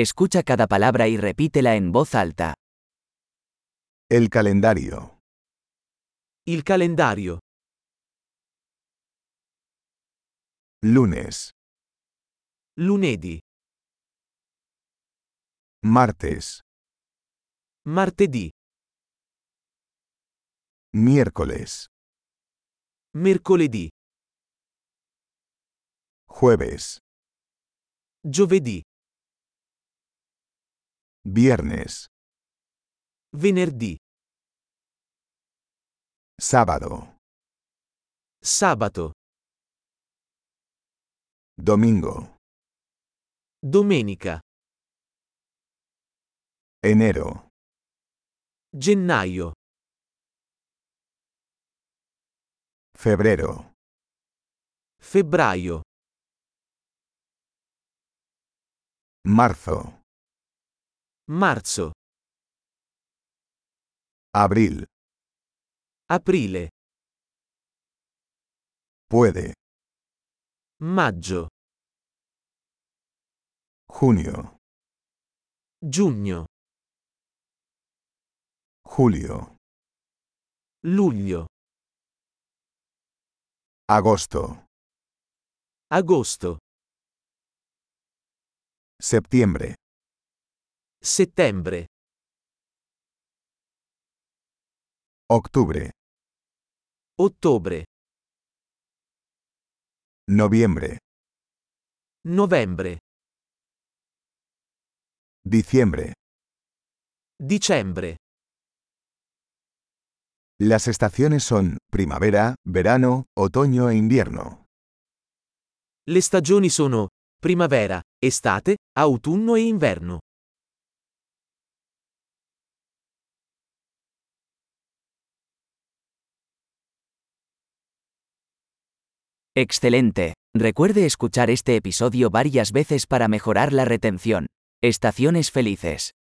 Escucha cada palabra y repítela en voz alta. El calendario. Il calendario. Lunes, Lunedì, martes, martedì, miércoles, mercoledì, jueves, giovedì, viernes, venerdì, sábado, sabato, domingo, domenica, enero, gennaio, febrero, febbraio, marzo, marzo, abril, aprile, puede, maggio, junio, giugno, julio, luglio, agosto, agosto, septiembre, settembre, octubre, ottobre, noviembre, novembre, diciembre. dicembre. Las estaciones son primavera, verano, otoño e invierno. Le stagioni sono primavera, estate, autunno e inverno. Excelente. Recuerde escuchar este episodio varias veces para mejorar la retención. Estaciones felices.